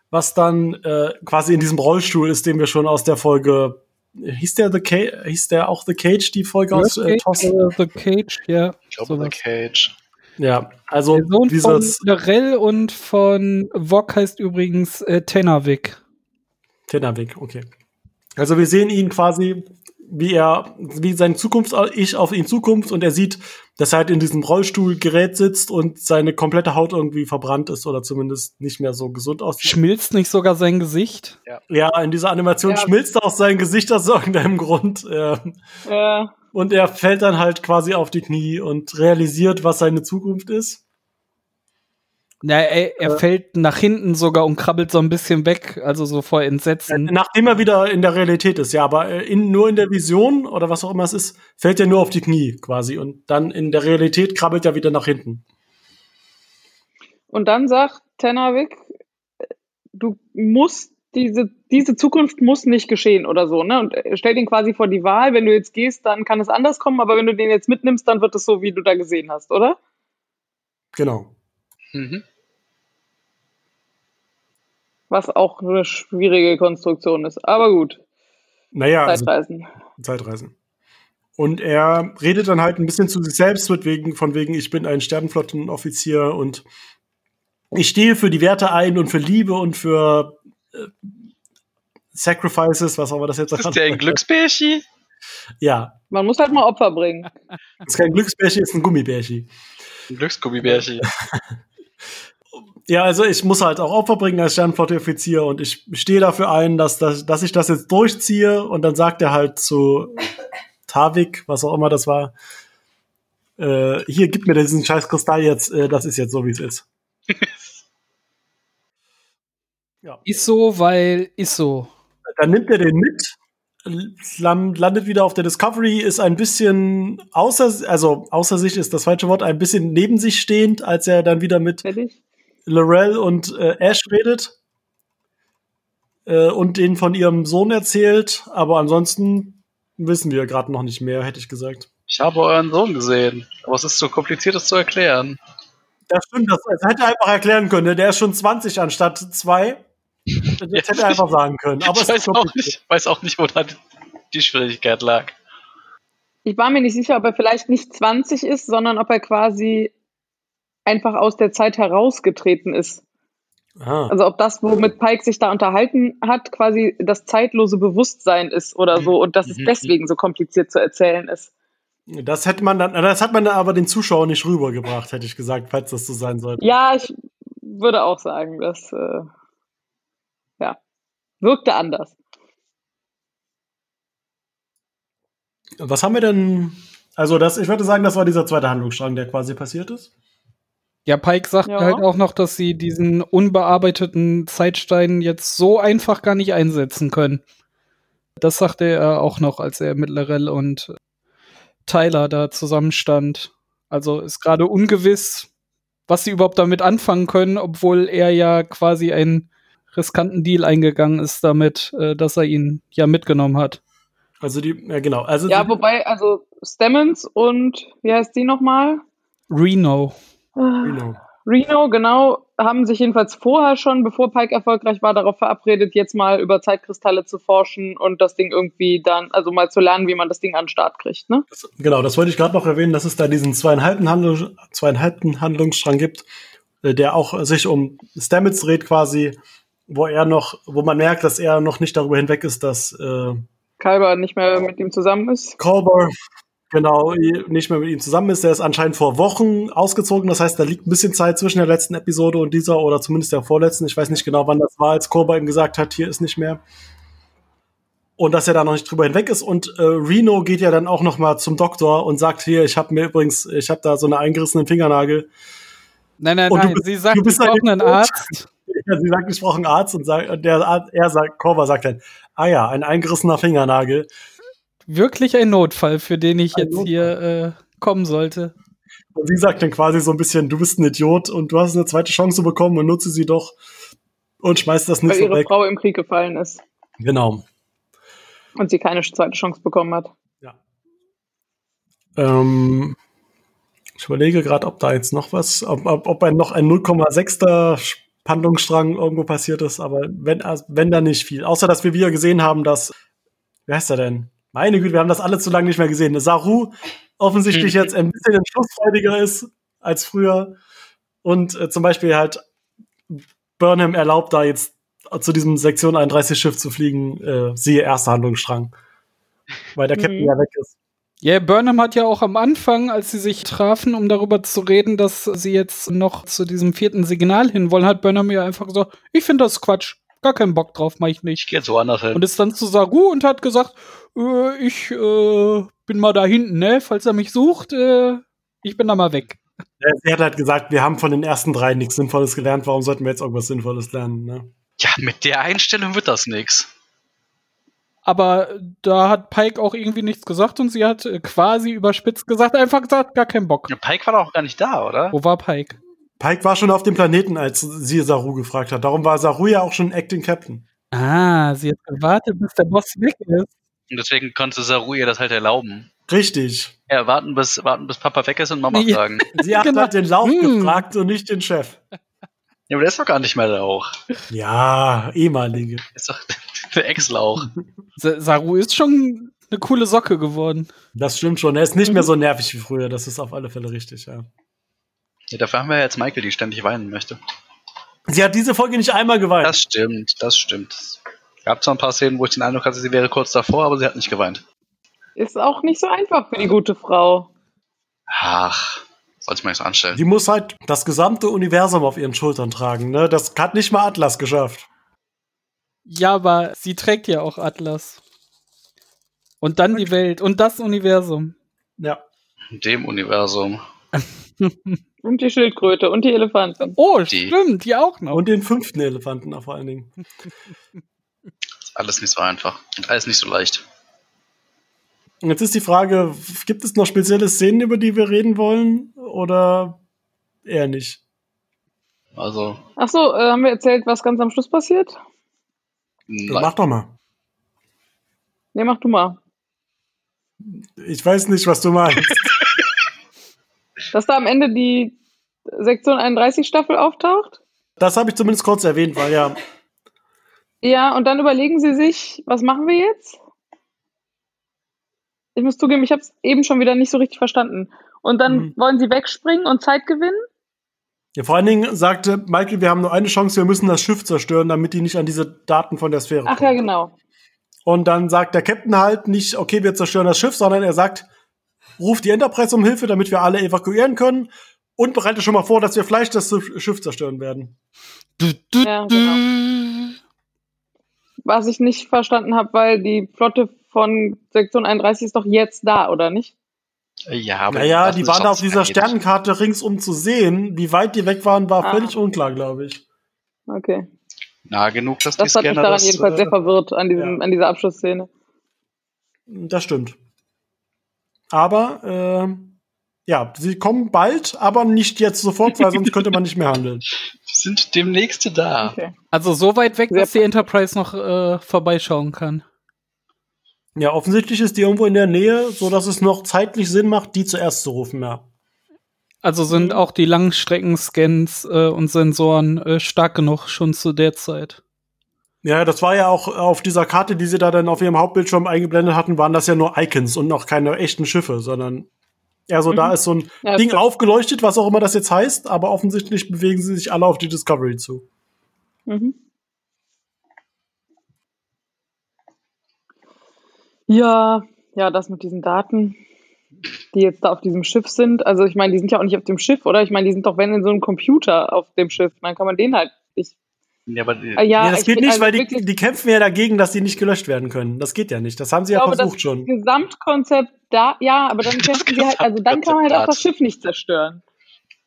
Was dann äh, quasi in diesem Rollstuhl ist, den wir schon aus der Folge. Hieß der, The Ca hieß der auch The Cage, die Folge aus äh, Earthquake Toss? oder The Cage, ja. Ich glaube, sowas. The Cage. Ja, also Der Sohn von dieses Lorel und von Vok heißt übrigens äh, Tenavik. Tenavik, okay. Also wir sehen ihn quasi, wie er, wie sein Zukunfts-Ich auf ihn zukommt und er sieht, dass er halt in diesem Rollstuhlgerät sitzt und seine komplette Haut irgendwie verbrannt ist oder zumindest nicht mehr so gesund aussieht. Schmilzt nicht sogar sein Gesicht? Ja, in dieser Animation Ja. schmilzt auch sein Gesicht aus irgendeinem Grund. Äh, Äh, und er fällt dann halt quasi auf die Knie und realisiert, was seine Zukunft ist. Na, er, er Äh. fällt nach hinten sogar und krabbelt so ein bisschen weg, also so vor Entsetzen. Nachdem er wieder in der Realität ist, ja, aber äh, in, nur in der Vision oder was auch immer es ist, fällt er nur auf die Knie quasi und dann in der Realität krabbelt er wieder nach hinten. Und dann sagt Tenavik, äh, du musst diese, diese Zukunft muss nicht geschehen oder so, ne? Und äh, stellt ihn quasi vor die Wahl, wenn du jetzt gehst, dann kann es anders kommen, aber wenn du den jetzt mitnimmst, dann wird es so, wie du da gesehen hast, oder? Genau. Mhm. Was auch eine schwierige Konstruktion ist. Aber gut, Naja, also Zeitreisen. Zeitreisen. Und er redet dann halt ein bisschen zu sich selbst mit wegen, von wegen, ich bin ein Sternenflottenoffizier und ich stehe für die Werte ein und für Liebe und für äh, Sacrifices, was auch immer das jetzt Ist der ein Glücksbärschi? Ja, Man muss halt mal Opfer bringen. ist kein Glücksbärchen, ist ein Gummibärchen. Ein Glücksgummibärchi. Ja, also ich muss halt auch Opfer bringen als Sternenflotte-Offizier und ich stehe dafür ein, dass, dass, dass ich das jetzt durchziehe und dann sagt er halt zu Tavik, was auch immer das war, äh, hier, gib mir diesen scheiß Kristall jetzt, äh, das ist jetzt so, wie es ist. ja, Ist so, weil ist so. dann nimmt er den mit, lam- landet wieder auf der Discovery, ist ein bisschen außer, also außer sich ist das falsche Wort, ein bisschen neben sich stehend, als er dann wieder mit Fertig? Lorel und äh, Ash redet äh, und denen von ihrem Sohn erzählt, aber ansonsten wissen wir gerade noch nicht mehr, hätte ich gesagt. Ich habe euren Sohn gesehen, aber es ist so kompliziert, das zu erklären. Das stimmt, das, das hätte er einfach erklären können. ne? Der ist schon 20 anstatt 2. Das Ja. hätte er einfach sagen können. Aber ich es ist weiß auch, kompliziert. nicht, weiß auch nicht, wo da die Schwierigkeit lag. Ich war mir nicht sicher, ob er vielleicht nicht 20 ist, sondern ob er quasi einfach aus der Zeit herausgetreten ist. Ah. Also ob das, womit Pike sich da unterhalten hat, quasi das zeitlose Bewusstsein ist oder so und dass es Mhm. deswegen so kompliziert zu erzählen ist. Das hätte man dann, das hat man dann aber den Zuschauern nicht rübergebracht, hätte ich gesagt, falls das so sein sollte. Ja, ich würde auch sagen, das äh, ja, wirkte anders. Was haben wir denn? Also, das, ich würde sagen, das war dieser zweite Handlungsstrang, der quasi passiert ist. Ja, Pike sagt Ja. halt auch noch, dass sie diesen unbearbeiteten Zeitstein jetzt so einfach gar nicht einsetzen können. Das sagte er auch noch, als er mit Lorel und Tyler da zusammenstand. Also ist gerade ungewiss, was sie überhaupt damit anfangen können, obwohl er ja quasi einen riskanten Deal eingegangen ist damit, äh, dass er ihn ja mitgenommen hat. Also, die, ja, genau. Also, Ja, die, wobei, also Stemmons und wie heißt die nochmal? Reno. Äh, genau. Reno, genau, haben sich jedenfalls vorher schon, bevor Pike erfolgreich war, darauf verabredet, jetzt mal über Zeitkristalle zu forschen und das Ding irgendwie dann, also mal zu lernen, wie man das Ding an den Start kriegt, ne? Das, genau, das wollte ich gerade noch erwähnen, dass es da diesen zweieinhalbten, Handlung, zweieinhalbten Handlungsstrang gibt, äh, der auch äh, sich um Stamets dreht quasi, wo er noch, wo man merkt, dass er noch nicht darüber hinweg ist, dass äh, Kalber nicht mehr mit ihm zusammen ist. Colbert genau i- nicht mehr mit ihm zusammen ist. Der ist anscheinend vor Wochen ausgezogen. Das heißt, da liegt ein bisschen Zeit zwischen der letzten Episode und dieser oder zumindest der vorletzten. Ich weiß nicht genau, wann das war, als Colbert ihm gesagt hat, hier ist nicht mehr. Und dass er da noch nicht drüber hinweg ist. Und äh, Reno geht ja dann auch noch mal zum Doktor und sagt hier, ich habe mir übrigens, ich habe da so einen eingerissenen Fingernagel. Nein, nein, Und du nein. bist- sie sagt, du bist ich eine brauche einen Coach. Arzt. Ja, sie sagt, ich brauche einen Arzt und, sagt, und der, Arzt- er sagt, Colbert sagt dann, ah ja, ein eingerissener Fingernagel. wirklich ein Notfall, für den ich Ein jetzt hier äh, kommen sollte. Und sie sagt dann quasi so ein bisschen, du bist ein Idiot und du hast eine zweite Chance bekommen und nutze sie doch und schmeißt das nicht Weil so ihre weg. Frau im Krieg gefallen ist Genau. und sie keine zweite Chance bekommen hat. Ja. Ähm, ich überlege gerade, ob da jetzt noch was, ob, ob, ob ein, noch ein 0,6er Handlungsstrang irgendwo passiert ist, aber wenn, also wenn da nicht viel. Außer, dass wir wieder gesehen haben, dass, wer heißt er denn? Meine Güte, wir haben das alle zu lange nicht mehr gesehen. Saru offensichtlich jetzt ein bisschen entschlussfreudiger ist als früher und äh, zum Beispiel halt Burnham erlaubt da jetzt zu diesem Sektion 31 Schiff zu fliegen, äh, siehe erster Handlungsstrang. Weil der Captain Mhm. ja weg ist. Ja, Burnham hat ja auch am Anfang, als sie sich trafen, um darüber zu reden, dass sie jetzt noch zu diesem vierten Signal hin wollen, hat Burnham ja einfach gesagt, ich finde das Quatsch, gar keinen Bock drauf, mach ich Ich nicht. gehe jetzt woanders hin. Und ist dann zu Saru und hat gesagt, äh, ich äh, bin mal da hinten, ne? Falls er mich sucht, äh, ich bin da mal weg. Äh, Sie hat halt gesagt, wir haben von den ersten drei nichts Sinnvolles gelernt, warum sollten wir jetzt irgendwas Sinnvolles lernen? Ne? ja, mit der Einstellung wird das nix. Aber da hat Pike auch irgendwie nichts gesagt und sie hat äh, quasi überspitzt gesagt, einfach gesagt, gar keinen Bock. Ja, Pike war doch auch gar nicht da, oder? Wo war Pike? Pike war schon auf dem Planeten, als sie Saru gefragt hat. Darum war Saru ja auch schon Acting Captain. Ah, sie hat gewartet, bis der Boss weg ist. Und deswegen konnte Saru ihr das halt erlauben. Richtig. Ja, warten bis, warten bis Papa weg ist und Mama Ja. fragen. Sie hat Genau. halt den Lauch Hm. gefragt und nicht den Chef. Ja, aber der ist doch gar nicht mehr da auch. Ja, ehemalige. Der Ist doch der Ex-Lauch. Mhm. Sa Saru ist schon eine coole Socke geworden. Das stimmt schon. Er ist nicht Mhm. mehr so nervig wie früher. Das ist auf alle Fälle richtig, ja. Ja, dafür haben wir ja jetzt Michael, die ständig weinen möchte. Sie hat diese Folge nicht einmal geweint. Das stimmt, das stimmt. Es gab zwar ein paar Szenen, wo ich den Eindruck hatte, sie wäre kurz davor, aber sie hat nicht geweint. Ist auch nicht so einfach für die gute Frau. Ach, soll ich mal jetzt anstellen. Die muss halt das gesamte Universum auf ihren Schultern tragen. Ne? Das hat nicht mal Atlas geschafft. Ja, aber sie trägt ja auch Atlas. Und dann die Welt und das Universum. Ja. In dem Universum. Und die Schildkröte und die Elefanten. Oh, Die- stimmt, die auch noch. Und den fünften Elefanten vor allen Dingen. Ist alles nicht so einfach. Und alles nicht so leicht. Und jetzt ist die Frage, gibt es noch spezielle Szenen, über die wir reden wollen? Oder eher nicht? Also, Achso, äh, haben wir erzählt, was ganz am Schluss passiert? Mach nein. doch mal. Nee, mach du mal. Ich weiß nicht, was du meinst. Dass da am Ende die Sektion 31 Staffel auftaucht? Das habe ich zumindest kurz erwähnt, weil ja, Ja, und dann überlegen sie sich, was machen wir jetzt? Ich muss zugeben, ich habe es eben schon wieder nicht so richtig verstanden. Und dann Mhm. wollen sie wegspringen und Zeit gewinnen? ja. Vor allen Dingen sagte Michael, wir haben nur eine Chance, wir müssen das Schiff zerstören, damit die nicht an diese Daten von der Sphäre Ach kommen. ja, genau. Und dann sagt der Captain halt nicht, okay, wir zerstören das Schiff, sondern er sagt, ruf die Enterprise um Hilfe, damit wir alle evakuieren können und bereite schon mal vor, dass wir vielleicht das Schiff zerstören werden. Du, du, Ja, genau. Was ich nicht verstanden habe, weil die Flotte von Sektion 31 ist doch jetzt da, oder nicht? Ja, aber naja, lassen die sich waren doch da auf dieser Zeit. Sternenkarte ringsum zu sehen. Wie weit die weg waren, war Ah. völlig unklar, glaube ich. Okay. Nah genug, dass die Das hat mich Scanner daran das. jedenfalls sehr Äh, verwirrt, an, diesem, ja. an dieser Abschlussszene. Das stimmt. Aber, äh, ja, sie kommen bald, aber nicht jetzt sofort, weil sonst könnte man nicht mehr handeln. sind demnächst da. Okay. Also so weit weg, Sehr dass die Enterprise noch äh, vorbeischauen kann. Ja, offensichtlich ist die irgendwo in der Nähe, sodass es noch zeitlich Sinn macht, die zuerst zu rufen, ja. Also sind Mhm. auch die Langstreckenscans äh, und Sensoren äh, stark genug schon zu der Zeit. Ja, das war ja auch auf dieser Karte, die sie da dann auf ihrem Hauptbildschirm eingeblendet hatten, waren das ja nur Icons und noch keine echten Schiffe, sondern ja, so da Mhm. ist so ein Ja, Ding stimmt. aufgeleuchtet, was auch immer das jetzt heißt, aber offensichtlich bewegen sie sich alle auf die Discovery zu. Mhm. Ja, ja, das mit diesen Daten, die jetzt da auf diesem Schiff sind. Also ich meine, die sind ja auch nicht auf dem Schiff, oder? Ich meine, die sind doch, wenn in so einem Computer auf dem Schiff, dann kann man den halt nicht. Ja, aber Ah, Ja, Ja, das ich geht bin nicht, also weil die, wirklich- die kämpfen ja dagegen, dass die nicht gelöscht werden können. Das geht ja nicht. Das haben sie Ich ja glaube, versucht das schon. Gesamtkonzept da, ja, aber dann kämpfen sie halt, also dann kann man halt auch das Schiff nicht zerstören.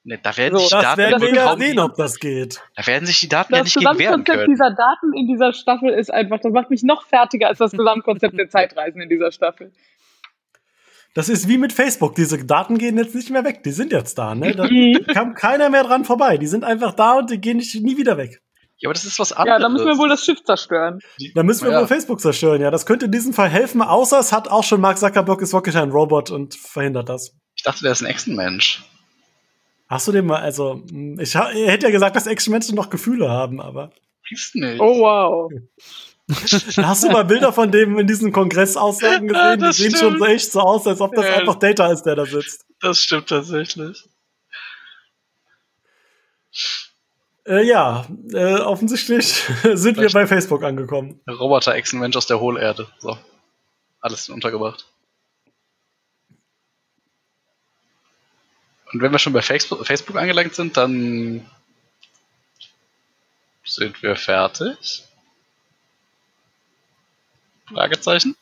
ne, da werden So, sich die Das Daten werden wohl wir ja kaum- sehen, ob das geht. Da werden sich die Daten ja Das nicht gegen wehren Gesamtkonzept können. dieser Daten in dieser Staffel ist einfach, das macht mich noch fertiger als das Gesamtkonzept der Zeitreisen in dieser Staffel. Das ist wie mit Facebook. Diese Daten gehen jetzt nicht mehr weg. Die sind jetzt da, ne? Da Mhm. kam keiner mehr dran vorbei. Die sind einfach da und die gehen nicht, nie wieder weg. Ja, aber das ist was Ja, anderes. da müssen wir wohl das Schiff zerstören. Da müssen wir Ja. wohl Facebook zerstören, ja. Das könnte in diesem Fall helfen, außer es hat auch schon Mark Zuckerberg ist wirklich ein Robot und verhindert das. Ich dachte, der ist ein Echsenmensch. Hast du den mal, also, mh, ich ha- ich hätte ja gesagt, dass Ex-Menschen noch Gefühle haben, aber. Ist nicht. Oh wow. Hast du mal Bilder von dem in diesen Kongressaussagen Ja, gesehen? Die das sehen schon stimmt. so echt so aus, als ob das Ja. einfach Data ist, der da sitzt. Das stimmt tatsächlich. Äh, ja, äh, offensichtlich sind wir bei Facebook angekommen. Roboter-Echsenmensch aus der Hohlerde. So. Alles untergebracht. Und wenn wir schon bei Facebook, Facebook angelangt sind, dann sind wir fertig. Fragezeichen.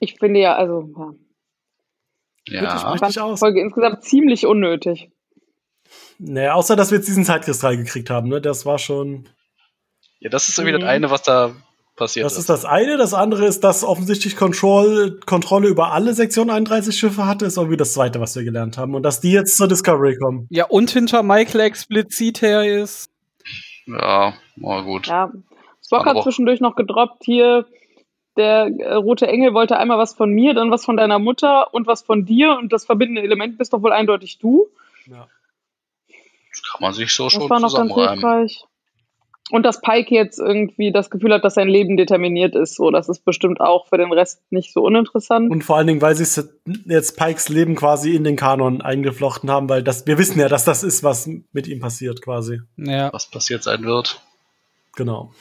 Ich finde ja, also ja, Gut, ich Ja. möchte dich aus. Folge insgesamt ziemlich unnötig. Naja, außer dass wir jetzt diesen Zeitkristall gekriegt haben, ne? Das war schon. ja, das ist irgendwie Mhm. das eine, was da passiert Das ist. ist das eine. Das andere ist, dass offensichtlich Control, Kontrolle über alle Sektion 31 Schiffe hatte, ist irgendwie das zweite, was wir gelernt haben. Und dass die jetzt zur Discovery kommen. Ja, und hinter Michael explizit her ist. Ja, na gut. Ja. Spock Aber hat auch- zwischendurch noch gedroppt hier. Der äh, rote Engel wollte einmal was von mir, dann was von deiner Mutter und was von dir. Und das verbindende Element bist doch wohl eindeutig du. Das kann man sich so Das schon war noch ganz zusammenreimen. hilfreich. Und dass Pike jetzt irgendwie das Gefühl hat, dass sein Leben determiniert ist. So, das ist bestimmt auch für den Rest nicht so uninteressant. Und vor allen Dingen, weil sie es jetzt Pikes Leben quasi in den Kanon eingeflochten haben, weil das, wir wissen ja, dass das ist, was mit ihm passiert, quasi. Ja, Was passiert sein wird. Genau.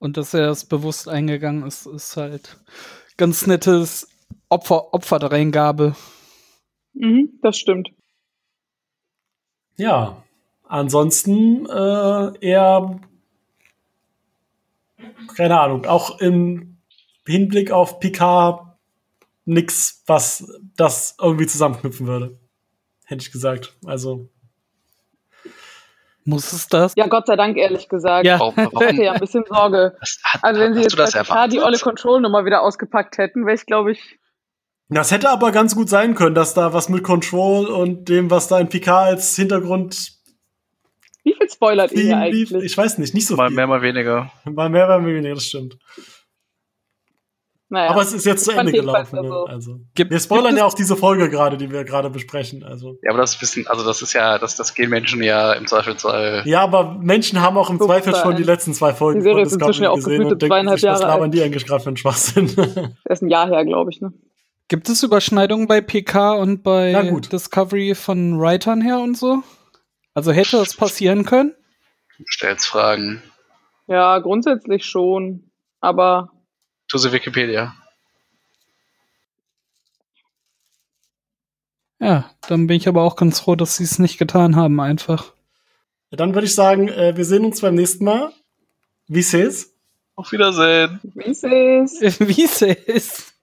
und dass er das bewusst eingegangen ist, ist halt ganz nettes Opfer Opferdreingabe. Mhm, das stimmt. Ja. Ansonsten äh, eher keine Ahnung, auch im Hinblick auf Picard nix, was das irgendwie zusammenknüpfen würde. Hätte ich gesagt. Also, Muss es das? Ja, Gott sei Dank, ehrlich gesagt. Ja. Warum, Ich hatte warum ja ein bisschen Sorge. das, hat, Also, wenn sie hast du das jetzt bei Picard die erwartet? olle Control-Nummer wieder ausgepackt hätten, wäre ich, glaube ich, das hätte aber ganz gut sein können, dass da was mit Control und dem, was da in Picard als Hintergrund Wie viel spoilert ihr hier Theme lief. eigentlich? Ich weiß nicht, nicht so Mal viel. mehr, mal weniger. Mal mehr, mal weniger, das stimmt. Naja. Aber es ist jetzt zu Ich fand Ende jedenfalls, gelaufen. also- ne? Also. Gibt- Wir spoilern gibt ja auch diese Folge gerade, die wir gerade besprechen. Also. Ja, aber das ist ein bisschen, also das ist ja, das, das gehen Menschen ja im Zweifelsfall. Ja, aber Menschen haben auch im Guck Zweifel da schon an. die letzten zwei Folgen Die Serie von ist inzwischen Discovery ja auch gesehen gefühlte und denken zweieinhalb sich, was Jahre labern alt. die eigentlich gerade für einen Schwachsinn. Das ist ein Jahr her, glaube ich. Ne? Gibt es Überschneidungen bei PK und Na bei gut. Discovery von Writern her und so? Also hätte das passieren können? Stellt's Fragen. Ja, grundsätzlich schon. Aber Tu sie Wikipedia. Ja, dann bin ich aber auch ganz froh, dass sie es nicht getan haben, einfach. Ja, Dann würde ich sagen, äh, wir sehen uns beim nächsten Mal. Wie seht's? Auf Wiedersehen. wie ist es? Wie es ist.